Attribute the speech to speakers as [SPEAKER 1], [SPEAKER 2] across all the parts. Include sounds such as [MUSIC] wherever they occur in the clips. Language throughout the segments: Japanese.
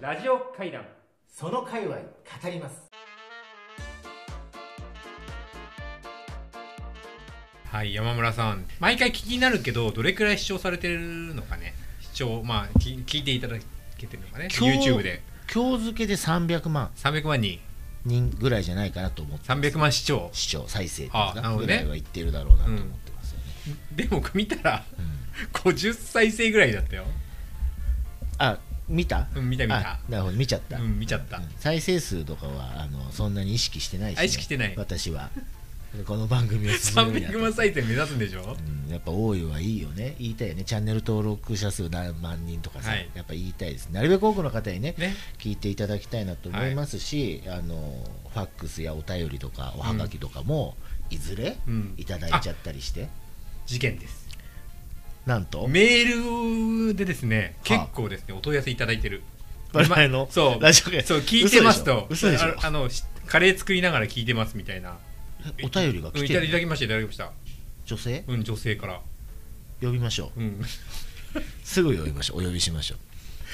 [SPEAKER 1] ラジオ会談
[SPEAKER 2] その界隈語ります
[SPEAKER 3] はい山村さん毎回気になるけどどれくらい視聴されてるのかね視聴まあき聞いていただけてるのかね
[SPEAKER 4] 今日
[SPEAKER 3] YouTube で
[SPEAKER 4] 今日付けで300万
[SPEAKER 3] 300万人
[SPEAKER 4] 人ぐらいじゃないかなと思って
[SPEAKER 3] 300万視聴
[SPEAKER 4] 視聴再生っていうんです
[SPEAKER 3] あ
[SPEAKER 4] か
[SPEAKER 3] なるほど
[SPEAKER 4] ぐ
[SPEAKER 3] ね
[SPEAKER 4] らいは言ってるだろうなと思ってますよね、
[SPEAKER 3] でも見たら
[SPEAKER 4] うん
[SPEAKER 3] 50再生ぐらいだったよ
[SPEAKER 4] あ見た
[SPEAKER 3] うん見た見た
[SPEAKER 4] あなるほど見ちゃった、
[SPEAKER 3] うん見ちゃった
[SPEAKER 4] うん再生数とかはあのそんなに意識してないし、
[SPEAKER 3] あ意識してない
[SPEAKER 4] 私はこの番組を進めるにあた
[SPEAKER 3] 300万再生目指すんでしょ
[SPEAKER 4] うんやっぱ多いはいいよね言いたいよねチャンネル登録者数何万人とかさ、
[SPEAKER 3] はい
[SPEAKER 4] やっぱ言いたいですなるべく多くの方にね
[SPEAKER 3] ね
[SPEAKER 4] 聞いていただきたいなと思いますし、あのファックスやお便りとかおはがきとかも、いずれ
[SPEAKER 3] うん
[SPEAKER 4] いただいちゃったりして、
[SPEAKER 3] 事件です
[SPEAKER 4] なんと
[SPEAKER 3] メールでですね
[SPEAKER 4] は
[SPEAKER 3] 結構ですねお問い合わせいただいてる
[SPEAKER 4] 我々の
[SPEAKER 3] まそう
[SPEAKER 4] ラジオで
[SPEAKER 3] そう聞いてますと
[SPEAKER 4] 嘘でしょ嘘でしょ
[SPEAKER 3] ああのしカレー作りながら聞いてますみたいな
[SPEAKER 4] えお便りが来て
[SPEAKER 3] うんいただき
[SPEAKER 4] る
[SPEAKER 3] ましたいただきました
[SPEAKER 4] 女性
[SPEAKER 3] うん女性から
[SPEAKER 4] 呼びましょう
[SPEAKER 3] うん
[SPEAKER 4] すぐ呼びましょうお呼びしましょ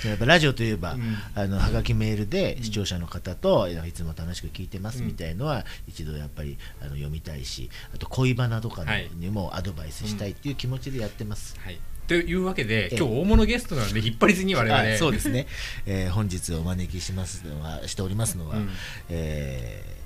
[SPEAKER 4] うやっぱラジオといえば、
[SPEAKER 3] うん
[SPEAKER 4] あのはがきメールで視聴者の方と、いつも楽しく聞いてますみたいのは、一度やっぱりあの読みたいしあと恋バナとかの
[SPEAKER 3] はい
[SPEAKER 4] にもアドバイスしたいっていう気持ちでやってます、
[SPEAKER 3] はい、というわけで
[SPEAKER 4] ええ
[SPEAKER 3] 今日大物ゲストなので引っ張りずに我々、
[SPEAKER 4] あそうです
[SPEAKER 3] [LAUGHS]
[SPEAKER 4] ね、えー本日お招きしますのはしておりますのは、
[SPEAKER 3] うん
[SPEAKER 4] えー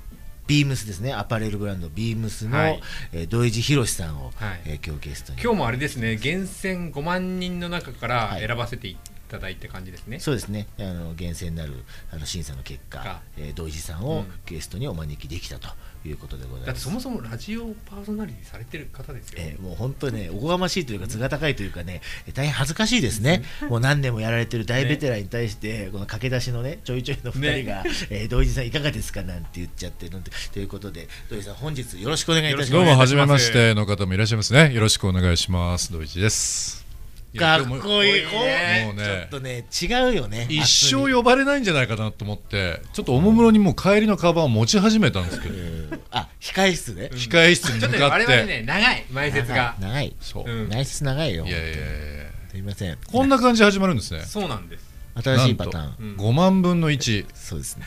[SPEAKER 4] ビームスですねアパレルブランドビームスの、
[SPEAKER 3] はい
[SPEAKER 4] えー土井地博さんを、
[SPEAKER 3] はい
[SPEAKER 4] えー今日ゲストに
[SPEAKER 3] 今日もあれですね厳選5万人の中から
[SPEAKER 4] はい
[SPEAKER 3] 選ばせていただいた感じですね、
[SPEAKER 4] そうですねあの厳選なるあの審査の結
[SPEAKER 3] か
[SPEAKER 4] 果、えー、土井地さん
[SPEAKER 3] う
[SPEAKER 4] を
[SPEAKER 3] ん
[SPEAKER 4] ゲストにお招きできたということでござ
[SPEAKER 3] だっ
[SPEAKER 4] いま
[SPEAKER 3] て
[SPEAKER 4] す。
[SPEAKER 3] そもそもラジオパーソナリティされてる方ですよ、
[SPEAKER 4] えーもう本当にね、おこがましいというか、図が高いというかね、えー大変恥ずかしいですね、もう何年もやられてる大ベテランに対して、この駆け出しのね、ちょいちょいの2人が、えー、土井地さん、いかがですかなんて言っちゃってるので、ということで、土井さん、本日よろしくお願いいたし
[SPEAKER 3] よ
[SPEAKER 5] ど
[SPEAKER 3] ろ
[SPEAKER 5] う
[SPEAKER 3] し
[SPEAKER 4] ま
[SPEAKER 3] くお願いいたしま
[SPEAKER 5] も、は
[SPEAKER 3] す
[SPEAKER 5] じめましての方もいらっしゃいますね。よろしくお願いします。ドイチで
[SPEAKER 4] す。
[SPEAKER 5] す。
[SPEAKER 4] かっこいい、こう
[SPEAKER 5] もう
[SPEAKER 4] ちょ
[SPEAKER 5] ね
[SPEAKER 4] っ、とね、違うよね、
[SPEAKER 5] 一
[SPEAKER 4] 圧
[SPEAKER 5] 生
[SPEAKER 4] に
[SPEAKER 5] 呼ばれないんじゃないかなと思って、ちょっとおもむろにもう帰りのカバンを持ち始めたんですけど、
[SPEAKER 4] うんあ控え室ね、
[SPEAKER 5] 控え室に
[SPEAKER 3] ちょっと
[SPEAKER 5] 向
[SPEAKER 3] ね
[SPEAKER 5] か
[SPEAKER 3] 我
[SPEAKER 5] っ
[SPEAKER 3] 々
[SPEAKER 5] て、
[SPEAKER 3] ね長い前説が
[SPEAKER 4] 長い、
[SPEAKER 5] そうう。
[SPEAKER 3] ん
[SPEAKER 4] 内室長いよ、
[SPEAKER 5] いやいやいやいや
[SPEAKER 4] すみません、
[SPEAKER 5] こんな感じで始まるんですね。
[SPEAKER 3] そうなんです
[SPEAKER 4] 新しいパターン
[SPEAKER 5] なんと
[SPEAKER 3] うん
[SPEAKER 5] 5万分の1。
[SPEAKER 4] そうですね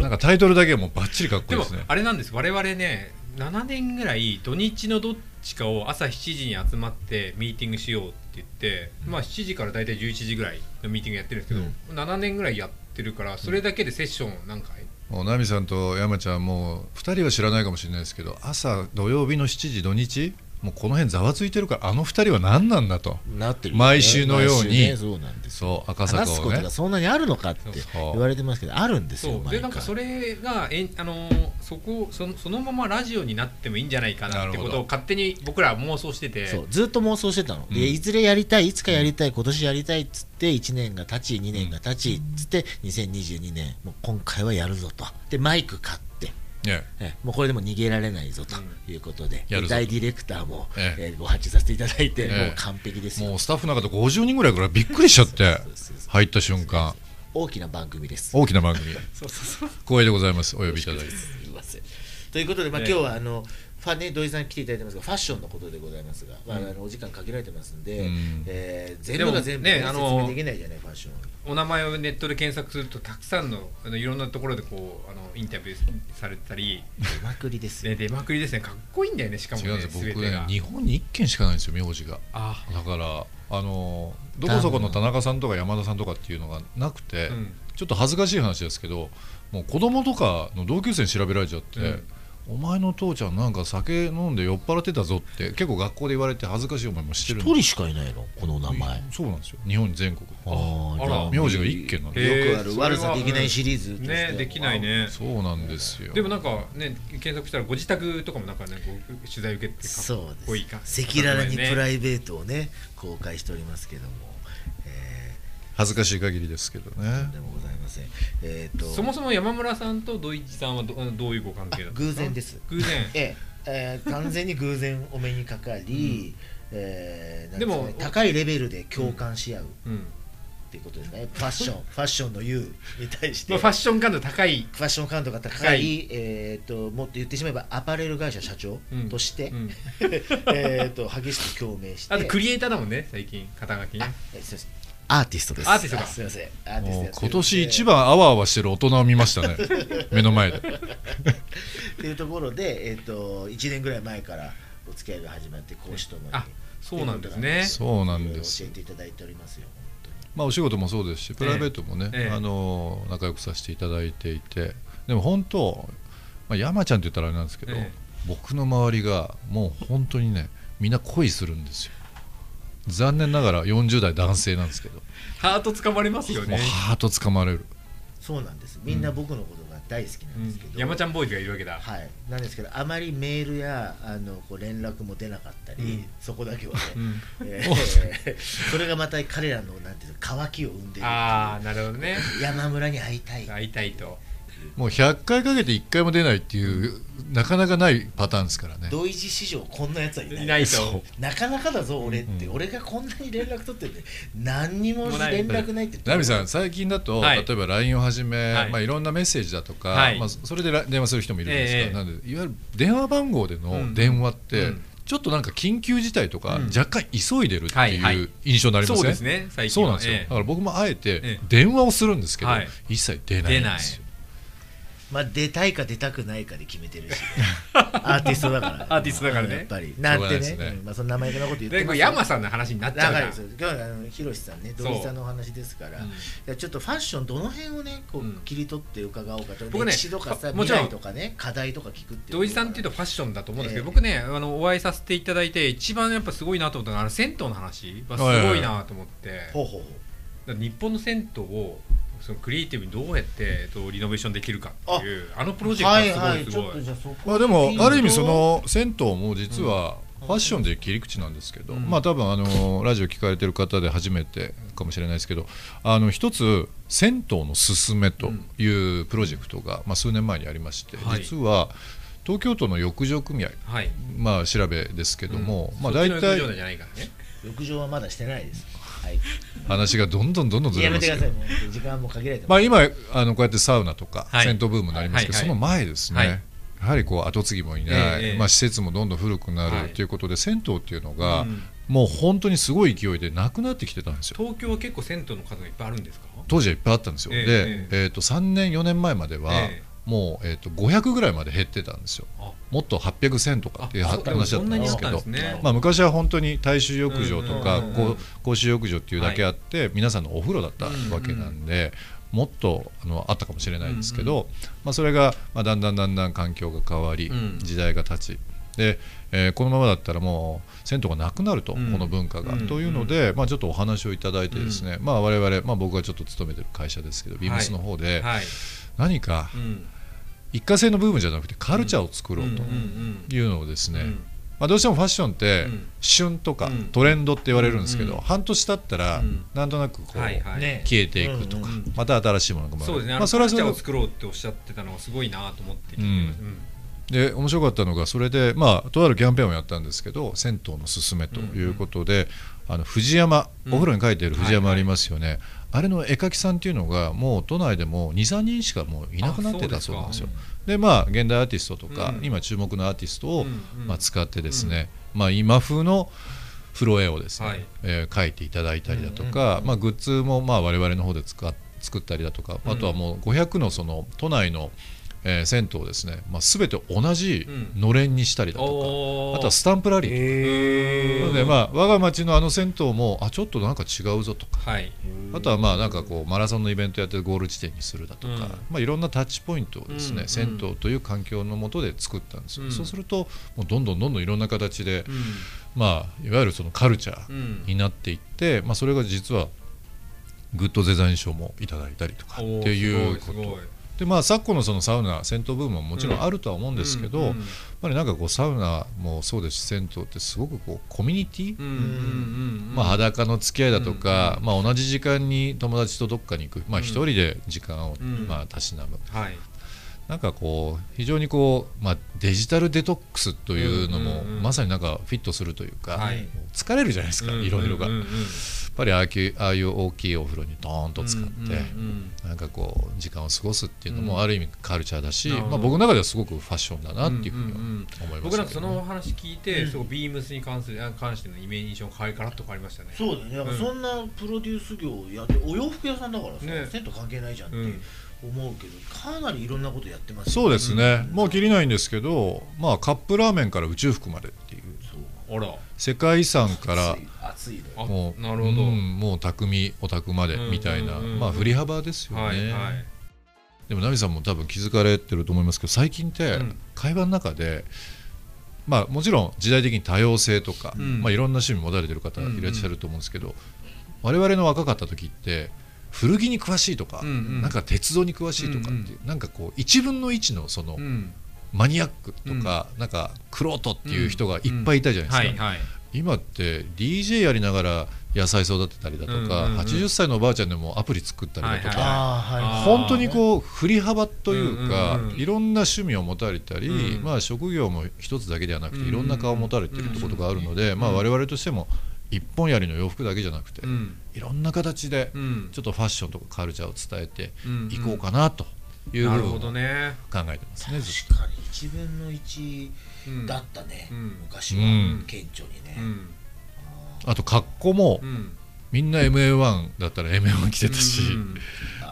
[SPEAKER 5] なんかタイトルだけはもうバッチリかっこい
[SPEAKER 3] で
[SPEAKER 5] い
[SPEAKER 3] も
[SPEAKER 5] ですね。
[SPEAKER 3] あれなんです我々ね7年ぐらい土日のどっちかを朝7時に集まってミーティングしようって言って、まあ7時から大体11時ぐらいのミーティングやってるんですけど、7年ぐらいやってるからそれだけでセッション何回、
[SPEAKER 5] もうナミさんと山ちゃんもう2人は知らないかもしれないですけど、朝土曜日の7時土日、もうこの辺ざわついてるから、あの2人は何なんだと。
[SPEAKER 4] なってるよね
[SPEAKER 5] 毎週のよう
[SPEAKER 4] 毎
[SPEAKER 5] に
[SPEAKER 4] 週ねそうなんですよ
[SPEAKER 5] そう、赤坂
[SPEAKER 4] 話すこ
[SPEAKER 5] を
[SPEAKER 4] と
[SPEAKER 5] ね
[SPEAKER 4] が。そんなにあるのかって
[SPEAKER 5] そう
[SPEAKER 4] 言われてますけどあるんですよ
[SPEAKER 3] そう
[SPEAKER 4] 毎
[SPEAKER 3] で
[SPEAKER 4] 回
[SPEAKER 3] なんかそれがえんあのーそこそのそのままラジオになってもいいんじゃないかなってこと
[SPEAKER 5] なるほ
[SPEAKER 3] を
[SPEAKER 5] ど
[SPEAKER 3] 勝手に僕らは妄想してて
[SPEAKER 4] そうずっと妄想してたの、
[SPEAKER 5] うん
[SPEAKER 4] でいずれやりたいいつかやりたい今年やりたいっつって1年が経ち2年が経ちっつって2022年もう今回はやるぞとでマイク買って
[SPEAKER 5] ね
[SPEAKER 4] えもうこれでも逃げられないぞと
[SPEAKER 3] う
[SPEAKER 4] いうことで、
[SPEAKER 5] やるぞと
[SPEAKER 4] 大ディレクターも、
[SPEAKER 5] え
[SPEAKER 4] えーご発注させていただいて、
[SPEAKER 5] ええ
[SPEAKER 4] もう完璧ですよ
[SPEAKER 5] もうスタッフの方50人ぐらいからびっくりしちゃって
[SPEAKER 4] そうそうそう
[SPEAKER 5] 入った瞬間
[SPEAKER 4] 大きな番組です
[SPEAKER 5] 大きな番組
[SPEAKER 3] そうそうそう
[SPEAKER 5] 光栄でございますお呼びいただいて
[SPEAKER 4] すいませんということで、まあ、
[SPEAKER 3] ね
[SPEAKER 4] 今日はあの、ファンね土井さん来ていただいてますがファッションのことでございますが、まあ、あのお時間限られてますんで、
[SPEAKER 5] うん
[SPEAKER 4] えー全部が全部、ね
[SPEAKER 3] でもねあ
[SPEAKER 4] 説
[SPEAKER 3] の
[SPEAKER 4] 明できないじゃないファッションは
[SPEAKER 3] お名前をネットで検索するとたくさんのあのいろんなところでこうあのインタビューされてた
[SPEAKER 5] [LAUGHS]
[SPEAKER 3] り
[SPEAKER 4] 出まくりですよ
[SPEAKER 3] で出まくりですねかっこいいんだよねしかも
[SPEAKER 5] 違
[SPEAKER 3] ね
[SPEAKER 5] うんです
[SPEAKER 3] 全
[SPEAKER 5] 僕
[SPEAKER 3] て
[SPEAKER 5] ね
[SPEAKER 3] が
[SPEAKER 5] 日本に1軒しかないんですよ名字が
[SPEAKER 3] あ
[SPEAKER 5] だからあのどこそこの田中さんとか山田さんとかっていうのがなくて、
[SPEAKER 3] うん
[SPEAKER 5] ちょっと恥ずかしい話ですけどもう子供とかの同級生に調べられちゃって、
[SPEAKER 3] うん
[SPEAKER 5] お前の父ちゃんなんか酒飲んで酔っ払ってたぞって結構学校で言われて恥ずかしい思いもしてる
[SPEAKER 4] 一
[SPEAKER 5] ん
[SPEAKER 4] 人しかいないのこの名前
[SPEAKER 5] そうなんですよ日本全国
[SPEAKER 4] あ
[SPEAKER 3] あら
[SPEAKER 5] 名字が一軒なん
[SPEAKER 3] へ
[SPEAKER 5] で
[SPEAKER 3] え
[SPEAKER 4] よくある
[SPEAKER 3] それ
[SPEAKER 4] 悪さ
[SPEAKER 3] は
[SPEAKER 4] できないシリーズとしては
[SPEAKER 3] ねできないね
[SPEAKER 5] そうなんですよ
[SPEAKER 3] でもなんかね検索したらご自宅とかもなんかねこう取材受けてか
[SPEAKER 4] そう
[SPEAKER 3] っこいいか
[SPEAKER 4] です赤裸々にプ
[SPEAKER 3] イ
[SPEAKER 4] ライベートをね公開しておりますけども、え
[SPEAKER 5] 恥ずかしい限りですけど
[SPEAKER 4] ー、と
[SPEAKER 5] ね
[SPEAKER 4] んでもございませんえっ、と
[SPEAKER 3] そもそも山村さんと土井さんはどどういうご関係だったんで
[SPEAKER 4] 偶
[SPEAKER 3] すか
[SPEAKER 4] 然です
[SPEAKER 3] 偶然
[SPEAKER 4] [LAUGHS] えええー完全に偶然お目にかかり、えーなん
[SPEAKER 3] でも
[SPEAKER 4] すかね高いレベルで共感し合うっ
[SPEAKER 3] うん
[SPEAKER 4] ていうことですね、ファッシ
[SPEAKER 3] [LAUGHS]
[SPEAKER 4] ョンファッションの優に対して、
[SPEAKER 3] まあ、フ
[SPEAKER 4] フ
[SPEAKER 3] ァッ
[SPEAKER 4] ァ
[SPEAKER 3] ション感度高い
[SPEAKER 4] ッション感度が高い、
[SPEAKER 3] 高
[SPEAKER 4] えー、ともっと言ってしまえばアパレル会社社長として、
[SPEAKER 3] うん
[SPEAKER 4] [LAUGHS] えーと激しく共鳴して
[SPEAKER 3] あとクリエイターだもんね最近肩書きね
[SPEAKER 4] えそうですアーティストです
[SPEAKER 3] アーティストか
[SPEAKER 4] あすいませんアーティストやっ
[SPEAKER 5] もう
[SPEAKER 4] てるんで
[SPEAKER 5] 今年一番あわあわしてる大人を見ました
[SPEAKER 3] [LAUGHS]
[SPEAKER 5] ね目の前で
[SPEAKER 4] っていうところで、えー、と1年ぐらい前からお付き合いが始まって講師ともに
[SPEAKER 3] あそうなんですね
[SPEAKER 5] そうなんです
[SPEAKER 4] いろいろ教えていただいておりますよ
[SPEAKER 5] まあお仕事もそうですしプライベートもね、
[SPEAKER 3] ええ
[SPEAKER 5] あの仲良くさせていただいていてでも本当、まあ、山ちゃんって言ったらあれなんですけど、
[SPEAKER 3] ええ
[SPEAKER 5] 僕の周りがもう本当にねみんな恋するんですよ残念ながら40代男性なんですけど、
[SPEAKER 3] ハート掴まれますよ
[SPEAKER 5] もう
[SPEAKER 3] ね、
[SPEAKER 5] ハートつかまれる
[SPEAKER 4] そうなんですみんな僕のことが大好きな
[SPEAKER 3] うん
[SPEAKER 4] ですけど、
[SPEAKER 3] ん、山ちゃんボーイズがいるわけだ
[SPEAKER 4] はい、なんですけどあまりメールやあのこう連絡も出なかったり、
[SPEAKER 3] うん
[SPEAKER 4] そこだけはね、
[SPEAKER 3] うん [LAUGHS]
[SPEAKER 4] えーそれがまた彼らのなんていうの渇きを生んでいる
[SPEAKER 3] ああなるほどね
[SPEAKER 4] 山村に会いたい
[SPEAKER 3] 会いたいと
[SPEAKER 5] もう100回かけて1回も出ないっていうなかなかないパターンですからね
[SPEAKER 4] 同一史上こんなやつはいない
[SPEAKER 3] いない
[SPEAKER 5] そう
[SPEAKER 3] と
[SPEAKER 4] なかなかだぞ俺って、
[SPEAKER 5] うん
[SPEAKER 4] 俺がこんなに連絡取ってて何にも
[SPEAKER 3] もうない
[SPEAKER 4] 連絡ないって
[SPEAKER 5] ナミさん最近だと、
[SPEAKER 3] はい
[SPEAKER 5] 例えば LINE をはじめ、
[SPEAKER 3] はい
[SPEAKER 5] いまあ、いろんなメッセージだとか、
[SPEAKER 3] はい
[SPEAKER 5] まあ、それでら電話する人もいるんです
[SPEAKER 3] え
[SPEAKER 5] け
[SPEAKER 3] え
[SPEAKER 5] ど、なんでいわゆる電話番号で
[SPEAKER 3] うん
[SPEAKER 5] の電話って、
[SPEAKER 3] うん
[SPEAKER 5] ちょっとなんか緊急事態とか、
[SPEAKER 3] うん
[SPEAKER 5] 若干急いでるって
[SPEAKER 3] はいはい
[SPEAKER 5] いう印象になりま
[SPEAKER 3] そ
[SPEAKER 5] せん、
[SPEAKER 3] うですね最近
[SPEAKER 5] そうなん
[SPEAKER 3] は
[SPEAKER 5] ですよ、
[SPEAKER 3] え
[SPEAKER 5] だから僕もあえて
[SPEAKER 3] え
[SPEAKER 5] 電話をするんですけど、
[SPEAKER 3] はい
[SPEAKER 5] 一切出
[SPEAKER 3] え
[SPEAKER 5] ない
[SPEAKER 3] 出
[SPEAKER 5] んで
[SPEAKER 3] ない
[SPEAKER 5] すよ
[SPEAKER 4] まあ出たいか出たくないかで決めて
[SPEAKER 3] [LAUGHS]
[SPEAKER 4] るしアーティストだから
[SPEAKER 3] アーティストだからね
[SPEAKER 4] やっぱりなん
[SPEAKER 5] しょうが
[SPEAKER 4] て
[SPEAKER 5] ないで
[SPEAKER 4] ね
[SPEAKER 5] すね
[SPEAKER 4] うんまあその名前のこと言って
[SPEAKER 3] でこれ山さんの話になっちゃ
[SPEAKER 4] だ
[SPEAKER 3] う
[SPEAKER 4] か
[SPEAKER 3] から
[SPEAKER 4] らですよ今日はあのひろしさんね
[SPEAKER 3] そう
[SPEAKER 4] 土井さんのお話ですから、
[SPEAKER 3] うん
[SPEAKER 4] いやちょっとファッションどの辺をねこ
[SPEAKER 3] うん
[SPEAKER 4] う切り取って伺おうかと、
[SPEAKER 3] 僕ね
[SPEAKER 4] 歴史とかさ
[SPEAKER 3] あも
[SPEAKER 4] 未
[SPEAKER 3] ちろん
[SPEAKER 4] 来とかね課題とか聞くっていう
[SPEAKER 3] 土井さんっていうと
[SPEAKER 4] と
[SPEAKER 3] ファッションだと思うんですけど、
[SPEAKER 4] ええ
[SPEAKER 3] 僕ねあのお会いさせていただいて一番やっぱすごいなと思ったのはあの銭湯の話はすごいなと思って、
[SPEAKER 4] ほうほうほ
[SPEAKER 3] だから日本の銭湯をそのクリエイティブにどうやって、えっと、リノベーションできるかっていうあのプロジ
[SPEAKER 4] う
[SPEAKER 3] ェク
[SPEAKER 4] はい
[SPEAKER 3] トがすごい
[SPEAKER 4] はいち
[SPEAKER 3] すごい、
[SPEAKER 4] ょっとじゃあそこ
[SPEAKER 5] まあ、でも
[SPEAKER 4] いい
[SPEAKER 5] ある意味その銭湯も実はファッションで切り口なんですけど、
[SPEAKER 3] うん
[SPEAKER 5] まあ多分あのラジオ聞かれてる方で初めてかもしれないですけどあの一つ銭湯のすすめというプロジェクトが、まあ、数年前にありまして、
[SPEAKER 3] はい
[SPEAKER 5] 実は東京都の浴場組合
[SPEAKER 3] はい、
[SPEAKER 5] まあ調べですけども、
[SPEAKER 3] うん
[SPEAKER 5] まあ
[SPEAKER 3] そっち
[SPEAKER 5] 大
[SPEAKER 3] の浴場
[SPEAKER 5] 体
[SPEAKER 3] じゃないからね
[SPEAKER 4] 浴場はまだしてないですはい
[SPEAKER 5] 話がどんどんどんどんずれ
[SPEAKER 4] やめ
[SPEAKER 5] ます
[SPEAKER 4] て
[SPEAKER 5] け
[SPEAKER 4] く
[SPEAKER 5] ど
[SPEAKER 4] ださいもう時間も限られて
[SPEAKER 5] ま
[SPEAKER 4] ま
[SPEAKER 5] あ、今あのこうやってサウナとか
[SPEAKER 3] はい
[SPEAKER 5] 銭湯ブームになりますけど、
[SPEAKER 3] はい
[SPEAKER 5] その前ですね、
[SPEAKER 3] はい
[SPEAKER 5] やはりこう跡継ぎもいない、
[SPEAKER 3] ええええ
[SPEAKER 5] まあ、施設もどんどん古くな
[SPEAKER 3] は
[SPEAKER 5] る
[SPEAKER 3] い
[SPEAKER 5] ということで、銭湯っていうのが、
[SPEAKER 3] うん
[SPEAKER 5] もう本当にすごい勢いでなくなってきてたんですよ
[SPEAKER 3] 東京は結構銭湯の数がいっぱいあるんですか
[SPEAKER 5] 当時はいっぱいあったんですよ、
[SPEAKER 3] ええ
[SPEAKER 5] で、えー、と3年4年前までは、
[SPEAKER 3] ええ
[SPEAKER 5] もう、えー、と500ぐらいまで減ってたんですよ
[SPEAKER 3] あ
[SPEAKER 5] もっと800銭とかっていう
[SPEAKER 3] あ
[SPEAKER 5] 話
[SPEAKER 3] そう
[SPEAKER 5] だった
[SPEAKER 3] そん
[SPEAKER 5] ん
[SPEAKER 3] な
[SPEAKER 5] で
[SPEAKER 3] にあ
[SPEAKER 5] す
[SPEAKER 3] っ
[SPEAKER 5] け
[SPEAKER 3] たんで
[SPEAKER 5] ど
[SPEAKER 3] すね、
[SPEAKER 5] まあ、昔は本当に大衆浴場とか
[SPEAKER 3] うんうんうんうん
[SPEAKER 5] こう公衆浴場っていうだけあって、皆さんのお風呂だったわけなんで、もっとあのあったかもしれないですけど、まあ、それが、まあ、だんだんだんだん環境が変わり、
[SPEAKER 3] うん
[SPEAKER 5] 時代が経ちで、えーこのままだったらもう銭湯がなくなると、
[SPEAKER 3] うん
[SPEAKER 5] この文化が、
[SPEAKER 3] うん
[SPEAKER 5] というので、まあ、ちょっとお話をいただいてですね、まあ、我々、まあ、僕がちょっと勤めてる会社ですけどビームスの方で、
[SPEAKER 3] はい、
[SPEAKER 5] 何か
[SPEAKER 3] うん、
[SPEAKER 5] 一過性のブームじゃなくてカルチャーを作ろう
[SPEAKER 3] うんうん
[SPEAKER 5] というのをです
[SPEAKER 3] うん
[SPEAKER 5] ね、まあ、どうしてもファッションって
[SPEAKER 3] うん
[SPEAKER 5] 旬とか
[SPEAKER 3] うん
[SPEAKER 5] トレンドって言われるんですけど、
[SPEAKER 3] うん
[SPEAKER 5] 半年経ったら
[SPEAKER 3] うん
[SPEAKER 5] なんとなくこう、
[SPEAKER 3] うんはいはい、
[SPEAKER 4] ね
[SPEAKER 5] 消えていくと
[SPEAKER 4] う
[SPEAKER 5] か、
[SPEAKER 4] ん
[SPEAKER 3] うんうん
[SPEAKER 5] また新しいものが生まれる
[SPEAKER 3] そうですね、あ
[SPEAKER 5] ま
[SPEAKER 3] の
[SPEAKER 5] あ、それ
[SPEAKER 3] カ
[SPEAKER 5] はそ
[SPEAKER 3] ルチャー
[SPEAKER 5] れ
[SPEAKER 3] を作ろうっておっしゃってたのがすごいなと思って聞いてます、うん
[SPEAKER 5] で面白かったのがそれで、まあ、とあるキャンペーンをやったんですけど銭湯のすすめということで、あの藤山
[SPEAKER 3] うん
[SPEAKER 5] お風呂に書いてある藤山
[SPEAKER 3] は
[SPEAKER 5] あ
[SPEAKER 3] いはい
[SPEAKER 5] りますよね、あれの絵描きさんっていうのがもう都内でも23人しかもういなくなってた
[SPEAKER 3] あそですか
[SPEAKER 5] そううなんですよ。でまあ現代アーティストとか、
[SPEAKER 3] うん
[SPEAKER 5] 今注目のアーティストを、
[SPEAKER 3] うんうん
[SPEAKER 5] まあ、使ってですね、まあ、今風の風呂絵をですね、
[SPEAKER 3] はい
[SPEAKER 5] えー描いていただいたりだとか、まあ、グッズもまあ我々の方で使っ作ったりだとか、
[SPEAKER 3] うん
[SPEAKER 5] あとはもう500のその都内の、えー銭湯をですね、まあ、全て同じのれんにしたりだとか、
[SPEAKER 3] おー
[SPEAKER 5] あとはスタンプラリー、なのでまあ我が町のあの銭湯もあちょっとなんか違うぞとか。
[SPEAKER 3] はい、
[SPEAKER 5] あとはまあなんかこうマラソンのイベントやってゴール地点にするだとか、
[SPEAKER 3] うん
[SPEAKER 5] まあ、いろんなタッチポイントをですね、
[SPEAKER 3] うん
[SPEAKER 5] 銭湯という環境のもとで作ったんですよ、
[SPEAKER 3] うん
[SPEAKER 5] そうするともうどんどんどんどんいろんな形で、
[SPEAKER 3] う
[SPEAKER 5] まあ、いわゆるそのカルチャー
[SPEAKER 3] んうん
[SPEAKER 5] になっていって、まあ、それが実はグッドデザイン賞もいただいたりとかって
[SPEAKER 3] おー
[SPEAKER 5] いう
[SPEAKER 3] す
[SPEAKER 5] こ
[SPEAKER 3] ごいすごい
[SPEAKER 5] とで、まあ、昨今のそのサウナ銭湯ブームももちろんあるとは思うんですけど、
[SPEAKER 3] うんうん
[SPEAKER 5] やっぱりなんかこうサウナもそうですし銭湯ってすごくこうコミュニティ、
[SPEAKER 3] うんうんうんうん
[SPEAKER 5] まあ、裸の付き合いだとか、まあ、同じ時間に友達とどっかに行く、まあ、
[SPEAKER 3] うん
[SPEAKER 5] 一人で時間を、
[SPEAKER 3] うん
[SPEAKER 5] まあ、たしなむ
[SPEAKER 3] はい
[SPEAKER 5] なんかこう非常にこう、まあ、デジタルデトックスというのも、
[SPEAKER 3] うんうんうん
[SPEAKER 5] まさになんかフィットするというか、
[SPEAKER 3] はい
[SPEAKER 5] 疲れるじゃないですか、いろいろが、
[SPEAKER 3] うんうんうん
[SPEAKER 5] やっぱぱりああきああいう大きいお風呂にドーンと使って、
[SPEAKER 3] うんうん
[SPEAKER 5] なんかこう時間を過ごすっていうの
[SPEAKER 3] うん
[SPEAKER 5] もある意味カルチャーだし、
[SPEAKER 3] なるほど
[SPEAKER 5] まあ、僕の中ではすごくファッションだなっていうふうには
[SPEAKER 3] うんうんうん
[SPEAKER 5] 思いま
[SPEAKER 3] 僕
[SPEAKER 5] し
[SPEAKER 3] なんか
[SPEAKER 5] たけ
[SPEAKER 3] そ
[SPEAKER 5] どね、
[SPEAKER 3] のお話聞いて、
[SPEAKER 4] うん
[SPEAKER 3] すごいビームスに関するあ関してのイメージが変えガラッと変わりましたね。
[SPEAKER 4] そうだよねだから
[SPEAKER 3] うん
[SPEAKER 4] そんなプロデュース業やってお洋服屋さんだからさ、
[SPEAKER 3] ね
[SPEAKER 4] 銭湯関係ないじゃんって
[SPEAKER 3] うん
[SPEAKER 4] 思うけど、かなりいろんなことやってます
[SPEAKER 5] そう
[SPEAKER 4] で
[SPEAKER 5] ですね、もう切りないんですけど、まあ、カップラーメンから宇宙服までっていう
[SPEAKER 3] あら、
[SPEAKER 5] 世界遺産から
[SPEAKER 4] 暑い暑い
[SPEAKER 3] あ
[SPEAKER 4] の
[SPEAKER 5] もう
[SPEAKER 3] なるほど
[SPEAKER 5] うんもう匠お宅までみたいな、
[SPEAKER 3] うんうんうん
[SPEAKER 5] まあ振り幅ですよね、
[SPEAKER 3] はいはい。
[SPEAKER 5] でもナミさんも多分気づかれてると思いますけど最近って
[SPEAKER 3] うん
[SPEAKER 5] 会話の中で、まあ、もちろん時代的に多様性とか、
[SPEAKER 3] うん
[SPEAKER 5] まあ、いろんな趣味持たれてる方いらっしゃると思うんですけど、我々の若かった時って古着に詳しいとか、
[SPEAKER 3] うんうん
[SPEAKER 5] なんか鉄道に詳しいとかっていう、なんかこう1分の1のその
[SPEAKER 3] うん、
[SPEAKER 5] マニアックとか、なんかクロートっていう人がいっぱいいたじゃないですか、
[SPEAKER 3] はいはい。
[SPEAKER 5] 今って DJ やりながら野菜育てたりだとか、
[SPEAKER 3] うんうんうん
[SPEAKER 5] 80歳のおばあちゃんでもアプリ作ったりだとか、
[SPEAKER 3] はい
[SPEAKER 4] ああはい
[SPEAKER 3] あー
[SPEAKER 5] 本当にこう振り幅というか、
[SPEAKER 3] うんうんうん
[SPEAKER 5] いろんな趣味を持たれたり、
[SPEAKER 3] うん
[SPEAKER 5] まあ、職業も一つだけではなく
[SPEAKER 3] うん
[SPEAKER 5] て
[SPEAKER 3] うん
[SPEAKER 5] いろんな顔を持たれてるってことがあるので、
[SPEAKER 3] ん
[SPEAKER 5] まあ、我々としても一本槍の洋服だけじゃなくて、
[SPEAKER 3] うん
[SPEAKER 5] いろんな形で
[SPEAKER 3] うん
[SPEAKER 5] ちょっとファッションとかカルチャーを伝えて
[SPEAKER 3] うん
[SPEAKER 5] いこうかなという
[SPEAKER 3] な
[SPEAKER 5] 部
[SPEAKER 3] る
[SPEAKER 5] 分
[SPEAKER 3] ほ
[SPEAKER 5] を
[SPEAKER 3] ど
[SPEAKER 5] 考
[SPEAKER 3] ね。
[SPEAKER 5] えてますねずっと。
[SPEAKER 4] 確かに1分の1
[SPEAKER 3] うん
[SPEAKER 4] だったね、
[SPEAKER 3] うん
[SPEAKER 4] 昔は、
[SPEAKER 5] うん
[SPEAKER 4] 顕著にね、
[SPEAKER 3] うん
[SPEAKER 5] あと格好も
[SPEAKER 3] うん。
[SPEAKER 5] みんな MA1 だったら MA1 着てたし、
[SPEAKER 3] うん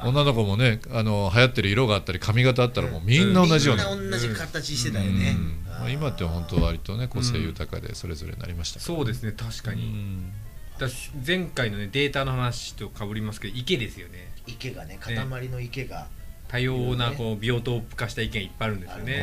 [SPEAKER 5] 女の子もねあの流行ってる色があったり髪型あったらもうみんな同じような、
[SPEAKER 4] みんな同じ形してたよね、
[SPEAKER 5] うんまあ、今って本当割とね個性豊かでそれぞれになりましたから
[SPEAKER 3] そうですね確か
[SPEAKER 5] う
[SPEAKER 3] に。
[SPEAKER 5] ん
[SPEAKER 3] だし前回のねデータの話と被りますけど池ですよね。
[SPEAKER 4] 池がね塊の池が
[SPEAKER 3] 多様なこうビオトープ化した意見いっぱいあるんですよね。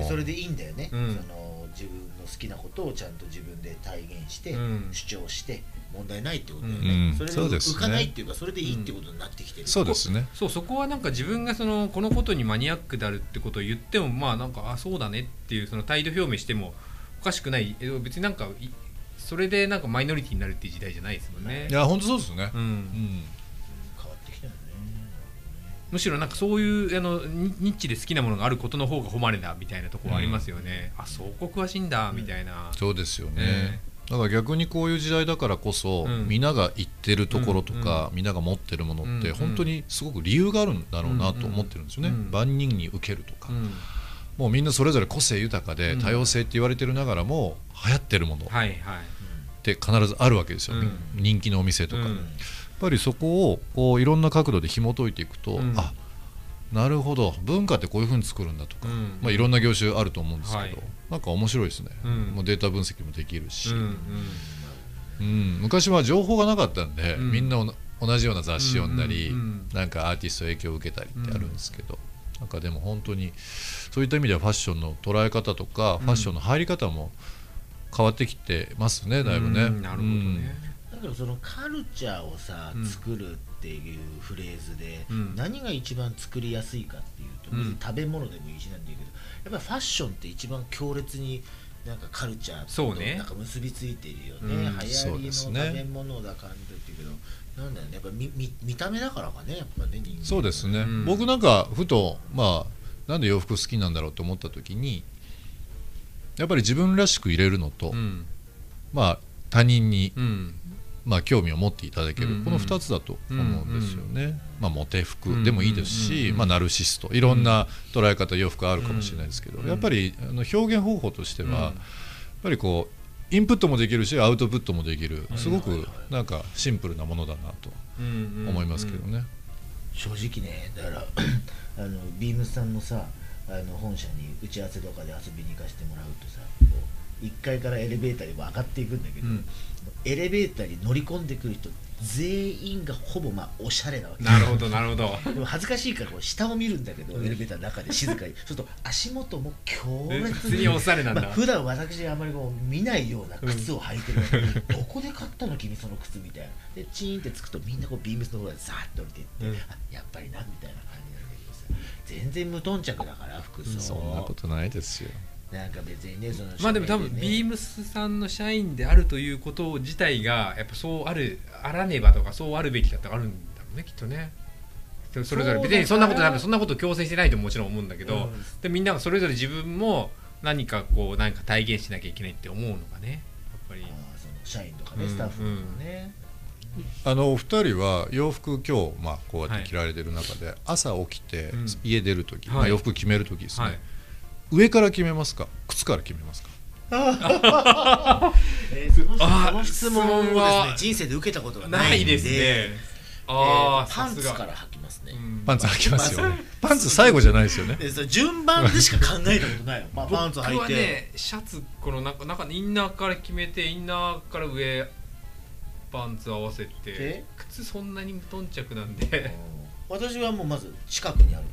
[SPEAKER 5] お
[SPEAKER 4] で
[SPEAKER 5] ー
[SPEAKER 4] それでいいんだよね、
[SPEAKER 3] うん
[SPEAKER 4] その自分の好きなことをちゃんと自分で体現して、
[SPEAKER 3] うん
[SPEAKER 4] 主張して問題ないってことだよね、
[SPEAKER 5] うん
[SPEAKER 4] それで
[SPEAKER 5] そうですね
[SPEAKER 4] 浮かないっていうかそれでいいってことになってきてる、
[SPEAKER 5] そうですね
[SPEAKER 3] そうそこはなんか自分がそのこのことにマニアックであるってことを言ってもまあなんかあそうだねっていうその態度表明してもおかしくないえ別になんかいそれでなんかマイノリティになるっていう時代じゃないですもんね
[SPEAKER 5] い、や本当そうですね
[SPEAKER 3] う、ん
[SPEAKER 5] う、ん
[SPEAKER 4] 変わってきたよね
[SPEAKER 3] むしろなんかそういうあのニニッチで好きなものがあることの方が誉れだみたいなところありますよね、あそこ詳しいんだみたいな、
[SPEAKER 5] そうですよ
[SPEAKER 3] え
[SPEAKER 5] ね、だから逆にこういう時代だからこそ、
[SPEAKER 3] うん
[SPEAKER 5] みんなが行ってるところとか、みんなが持ってるものって
[SPEAKER 3] うん
[SPEAKER 5] 本当にすごく理由があるんだろうなと思ってるんですよね、
[SPEAKER 3] うん
[SPEAKER 5] 万人に受けると
[SPEAKER 3] う
[SPEAKER 5] か、
[SPEAKER 3] ん
[SPEAKER 5] もうみんなそれぞれ個性豊かで
[SPEAKER 3] うん
[SPEAKER 5] 多様性って言われてるながらも流行ってるものっ
[SPEAKER 3] はいはい
[SPEAKER 5] て必ずあるわけですよ、
[SPEAKER 3] うん
[SPEAKER 5] 人気のお店とか、
[SPEAKER 3] う
[SPEAKER 5] やっ
[SPEAKER 3] ん
[SPEAKER 5] ぱりそこをこういろんな角度で紐解いていくと、
[SPEAKER 3] うん
[SPEAKER 5] あなるほど文化ってこういうふうに作るんだと
[SPEAKER 3] う
[SPEAKER 5] か、
[SPEAKER 3] ん
[SPEAKER 5] まあ、いろんな業種あると思うんですけど、
[SPEAKER 3] はい
[SPEAKER 5] なんか面白いですね、
[SPEAKER 3] うん
[SPEAKER 5] もうデータ分析もできるし、
[SPEAKER 3] うん
[SPEAKER 5] うん昔は情報がなかったんで、
[SPEAKER 3] うん
[SPEAKER 5] みんなおな同じような雑誌読んだり、
[SPEAKER 3] うんうんうん
[SPEAKER 5] なんかアーティスト影響を受けたりってあるんですけど、なんかでも本当にそういった意味ではファッションの捉え方とか、ファッションの入り方も変わってきてますねだいぶね。
[SPEAKER 3] うんなるほどね、
[SPEAKER 4] だからそのカルチャーをさ、
[SPEAKER 3] うん
[SPEAKER 4] 作るっていうフレーズで、
[SPEAKER 3] うん
[SPEAKER 4] 何が一番作りやすいかっていうと、
[SPEAKER 3] うん
[SPEAKER 4] 別に食べ物でもいいしなんだけどやっぱりファッションって一番強烈になんかカルチャー
[SPEAKER 3] そう
[SPEAKER 4] と
[SPEAKER 3] ね
[SPEAKER 4] なんか結びついてるよ
[SPEAKER 3] うん
[SPEAKER 4] ね流
[SPEAKER 5] そう
[SPEAKER 4] 行り
[SPEAKER 5] で
[SPEAKER 4] の
[SPEAKER 5] す
[SPEAKER 4] 食
[SPEAKER 5] ね
[SPEAKER 4] べ物だ感じだっていうけど、なんだろうねやっぱ見見見た目だからかねやっぱね人間
[SPEAKER 5] そうですね、
[SPEAKER 3] うん
[SPEAKER 5] 僕なんかふとまあなんで洋服好きなんだろうと思った時にやっぱり自分らしく入れるのと、
[SPEAKER 3] うんうん
[SPEAKER 5] まあ他人に
[SPEAKER 3] うん
[SPEAKER 5] まあ、興味を持っていただけ
[SPEAKER 3] う
[SPEAKER 5] る、
[SPEAKER 3] んうん
[SPEAKER 5] この2つだと思うんですよね、まあ、モテ服でもいいですし、
[SPEAKER 3] うんうん
[SPEAKER 5] まあ、ナルシストいろんな捉え方洋服あるかもしれないですけど、
[SPEAKER 3] うん
[SPEAKER 5] やっぱりあの表現方法としては、
[SPEAKER 3] うん
[SPEAKER 5] やっぱりこうインプットもできるしアウトプットもできるすご
[SPEAKER 4] はい
[SPEAKER 5] く
[SPEAKER 4] はいはい
[SPEAKER 5] なんかシンプルなものだなと
[SPEAKER 3] うんうん
[SPEAKER 5] 思いますけどね。
[SPEAKER 4] 正直ねだから [CLEARS THROAT] あのビームスさんのさあの本社に打ち合わせとかで遊びに行かせてもらうとさこう1階からエレベーターにも上がっていくんだけど、
[SPEAKER 3] うん
[SPEAKER 4] エレベーターに乗り込んでくる人全員がほぼまあおしゃれなわけ
[SPEAKER 3] なるほどなるほど
[SPEAKER 4] [LAUGHS] でも恥ずかしいからこう下を見るんだけど、エレベーターの中で静かにそうすると足元も強
[SPEAKER 3] え
[SPEAKER 4] 烈
[SPEAKER 3] 普通におしゃれなんだ
[SPEAKER 4] まあ、普段私あまりこう見ないような靴を履いてるわけ、どこで買ったの君その靴みたいなでチーンってつくとみんなこうビームスの方でザーッと降りていって、
[SPEAKER 3] うん
[SPEAKER 4] あやっぱりなみたいな感じなんだけどさ全然無頓着だから服装、
[SPEAKER 5] そんなことないですよ。
[SPEAKER 4] なんか別にねその
[SPEAKER 3] まあでも多分ビー
[SPEAKER 4] ム
[SPEAKER 3] ムスさんの社員であるということ自体がやっぱそうあるあらねばとかそうあるべきだとかあるんだろうねきっとねそそれぞれ
[SPEAKER 4] そうだから
[SPEAKER 3] 別にそんなこと多分そんなこと強制してないとももちろん思うんだけど、
[SPEAKER 4] うん
[SPEAKER 3] でみんながそれぞれ自分も何かこう何か体現しなきゃいけないって思うのがねやっぱり
[SPEAKER 4] あーその社員とかね、
[SPEAKER 3] うん
[SPEAKER 4] スタッフとかね、
[SPEAKER 5] あのお二人は洋服今日まあこうやって着られてる中で、朝起きて
[SPEAKER 3] うん
[SPEAKER 5] 家出る時、
[SPEAKER 3] はい
[SPEAKER 5] まあ、洋服決める時ですね、
[SPEAKER 3] はい
[SPEAKER 5] 上から決めますか靴から決めますか
[SPEAKER 4] えーその
[SPEAKER 3] あ
[SPEAKER 4] その質問を
[SPEAKER 3] 質
[SPEAKER 4] で
[SPEAKER 3] 問
[SPEAKER 4] す
[SPEAKER 3] は
[SPEAKER 4] ね人生で受けたことがな
[SPEAKER 3] ないい
[SPEAKER 4] ん
[SPEAKER 3] ですね
[SPEAKER 4] えー
[SPEAKER 3] ああ
[SPEAKER 4] パン
[SPEAKER 3] さ
[SPEAKER 4] ツ
[SPEAKER 3] すが
[SPEAKER 4] から履きますね、
[SPEAKER 3] うん
[SPEAKER 5] パンツ履きますよねパンツ最後じゃないですよ
[SPEAKER 3] [LAUGHS]
[SPEAKER 5] ね
[SPEAKER 4] でその順番でしか考えたことないよ、まあ、パンツ
[SPEAKER 3] 僕
[SPEAKER 4] 履い
[SPEAKER 3] は
[SPEAKER 4] て、
[SPEAKER 3] ねシャツこの中中インナーから決めてインナーから上パンツ合わせて
[SPEAKER 4] で
[SPEAKER 3] 靴そんなに無頓着なんで
[SPEAKER 4] 私はもうまず近くにあるも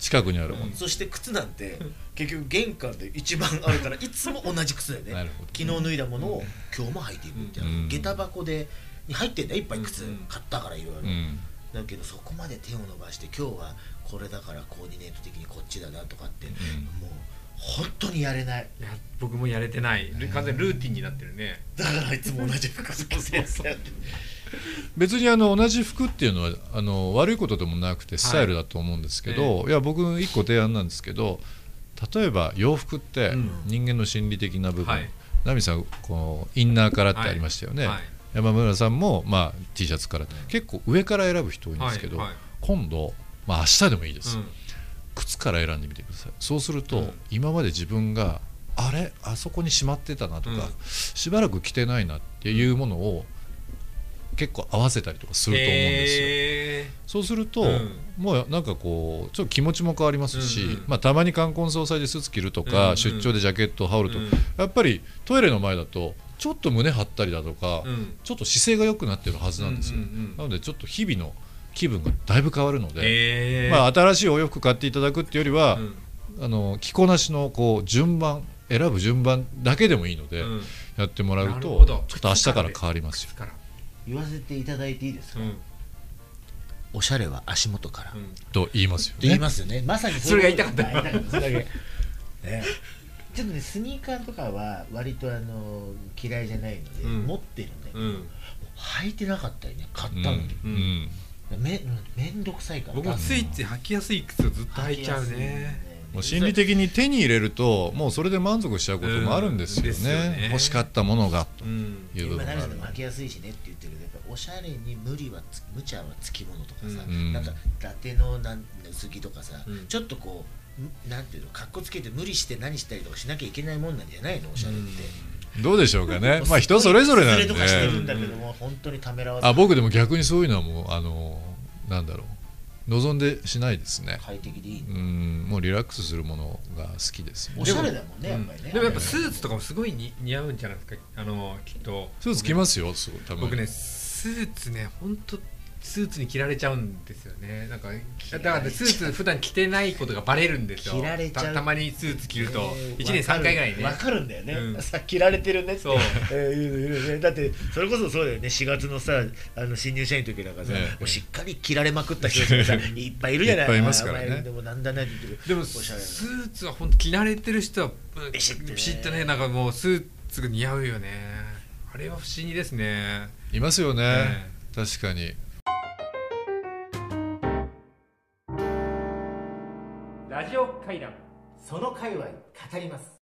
[SPEAKER 5] 近くにあるもの、
[SPEAKER 4] のそして靴なんて結局玄関で一番あるからいつも同じ靴だよね
[SPEAKER 5] なるほど
[SPEAKER 4] 昨日脱いだものを今日も履いていくみたいな、
[SPEAKER 5] うん
[SPEAKER 4] 下駄箱でに入ってんだよいっぱい靴、
[SPEAKER 3] うん
[SPEAKER 4] 買ったからいろいろ、
[SPEAKER 5] うん
[SPEAKER 4] だけどそこまで手を伸ばして今日はこれだからコーディネート的にこっちだなとかって、もう本当にやれない
[SPEAKER 3] いや僕もやれてないル完全にルーティンになってるね
[SPEAKER 4] だからいつも同じ服着てやってる
[SPEAKER 5] 別にあの同じ服っていうのはあの悪いことでもなくてスタイルだと思うんですけど、いや僕一個提案なんですけど例えば洋服って
[SPEAKER 3] うん
[SPEAKER 5] 人間の心理的な部分、
[SPEAKER 3] はい
[SPEAKER 5] ナミさんこうインナーからってありましたよね、
[SPEAKER 3] はい
[SPEAKER 5] 山村さんも、まあ、T シャツから結構上から選ぶ人多いんですけど、
[SPEAKER 3] はいはい
[SPEAKER 5] 今度、まあ、明日でもいいです、
[SPEAKER 3] うん
[SPEAKER 5] 靴から選んでみてくださいそうすると、
[SPEAKER 3] うん
[SPEAKER 5] 今まで自分があれあそこにしまってたなとか、
[SPEAKER 3] うん
[SPEAKER 5] しばらく着てないなっていうものを結構合わせたりとかすると思うんですよ、
[SPEAKER 3] へ
[SPEAKER 5] そうすると、
[SPEAKER 3] うん
[SPEAKER 5] もうなんかこうちょっと気持ちも変わりますし、
[SPEAKER 3] うんうん
[SPEAKER 5] まあ、たまに冠婚葬祭でスーツ着ると
[SPEAKER 3] うん
[SPEAKER 5] か、
[SPEAKER 3] うん
[SPEAKER 5] 出張でジャケット羽織ると、
[SPEAKER 3] うん
[SPEAKER 5] やっぱりトイレの前だとちょっと胸張ったりだとか、
[SPEAKER 3] ーうん
[SPEAKER 5] ちょっと姿勢が良くなってるはずなんですよ、
[SPEAKER 3] うんうんうん
[SPEAKER 5] なのでちょっと日々の気分がだいぶ変わるので、
[SPEAKER 3] へえ
[SPEAKER 5] ま
[SPEAKER 3] あ
[SPEAKER 5] あ、新しいお洋服買っていただくっていうよりは、
[SPEAKER 3] うん
[SPEAKER 5] あの着こなしのこう順番選ぶ順番だけでもいいので、
[SPEAKER 3] うん
[SPEAKER 5] やってもらう
[SPEAKER 3] なる
[SPEAKER 5] と
[SPEAKER 3] ほど
[SPEAKER 5] ちょっと明日から変わりますよ
[SPEAKER 3] 靴。から
[SPEAKER 4] 言わせていただいていいですか、
[SPEAKER 3] うん
[SPEAKER 4] おしゃれは足元から、
[SPEAKER 3] う
[SPEAKER 4] って
[SPEAKER 3] ん
[SPEAKER 5] と言いますよ
[SPEAKER 4] 言い
[SPEAKER 5] ね。
[SPEAKER 4] ますよねまさに
[SPEAKER 3] それが言いたかった
[SPEAKER 4] あ言いたかったそれだ
[SPEAKER 3] [LAUGHS]
[SPEAKER 4] けねちょっとねスニーカーとかは割とあの嫌いじゃないので、
[SPEAKER 3] うん
[SPEAKER 4] 持ってるんだけど、
[SPEAKER 3] うん
[SPEAKER 4] 履いてなかったりね買
[SPEAKER 5] う
[SPEAKER 4] っ
[SPEAKER 5] ん
[SPEAKER 4] たのに、
[SPEAKER 5] うん
[SPEAKER 4] めめんどくさいから
[SPEAKER 3] 僕もついつい履きやすい靴をずっと履いちゃう
[SPEAKER 4] 履きやすいんだよ
[SPEAKER 3] ね
[SPEAKER 5] もう心理的に手に入れるともうそれで満足しちゃうこともあるんですよね,、
[SPEAKER 3] うんですよね
[SPEAKER 5] 欲しかったものがと
[SPEAKER 3] うん
[SPEAKER 5] いう部
[SPEAKER 4] 今
[SPEAKER 5] 分が
[SPEAKER 4] 誰
[SPEAKER 5] ある
[SPEAKER 4] しでも履きやすいしねって言ってるけどやっぱおしゃれに無理はつ無茶はつきものとかさ、
[SPEAKER 5] うん
[SPEAKER 4] なんか伊達のなん薄着とかさ、
[SPEAKER 3] うん
[SPEAKER 4] ちょっとこうんなんていうのかっこつけて無理して何したりとかしなきゃいけないもんなんじゃないのおしゃれって、
[SPEAKER 5] どうでしょうかねまあ人それぞれなん
[SPEAKER 4] そ
[SPEAKER 5] で
[SPEAKER 4] とかしてるんだけども、本当にためらわず
[SPEAKER 5] あ僕でも逆にそういうのはもうあのなんだろう望んでしないですね
[SPEAKER 4] 快適でいい、
[SPEAKER 5] うんもうリラックスするものが好きですね
[SPEAKER 4] おしゃれだもんねやっぱりね、
[SPEAKER 3] でもやっぱスーツとかもすごいに似合うんじゃないですかあのきっと
[SPEAKER 5] スーツ着ますよすごい多分
[SPEAKER 3] 僕ねスーツね本当スーツに着られちゃうんですよねなんかだからねスーツ普段着てないことがバレるんですよ
[SPEAKER 4] 着られちゃう
[SPEAKER 3] たたまにスーツ着ると
[SPEAKER 4] えー
[SPEAKER 3] 1年3回ぐらいね
[SPEAKER 4] わかるんだよね、
[SPEAKER 3] うん
[SPEAKER 4] さ着られてるねって
[SPEAKER 3] そう
[SPEAKER 4] えーいるいるねだってそれこそそうだよね4月のさあの新入社員の時なんかさ、
[SPEAKER 5] ええ
[SPEAKER 4] もうしっかり着られまくった人がさいっぱいいるじゃない
[SPEAKER 5] いっぱいいますからね
[SPEAKER 4] お前でもなんだねって言って
[SPEAKER 3] でも
[SPEAKER 4] お
[SPEAKER 3] ス
[SPEAKER 4] しゃれな
[SPEAKER 3] ーツは本当着慣れてる人は
[SPEAKER 4] ビシッとね
[SPEAKER 3] ビシッとねなんかもうスーツが似合うよねあれは不思議ですね
[SPEAKER 5] いますよね、
[SPEAKER 3] え
[SPEAKER 5] 確かに
[SPEAKER 2] ラジオ会談その界隈語ります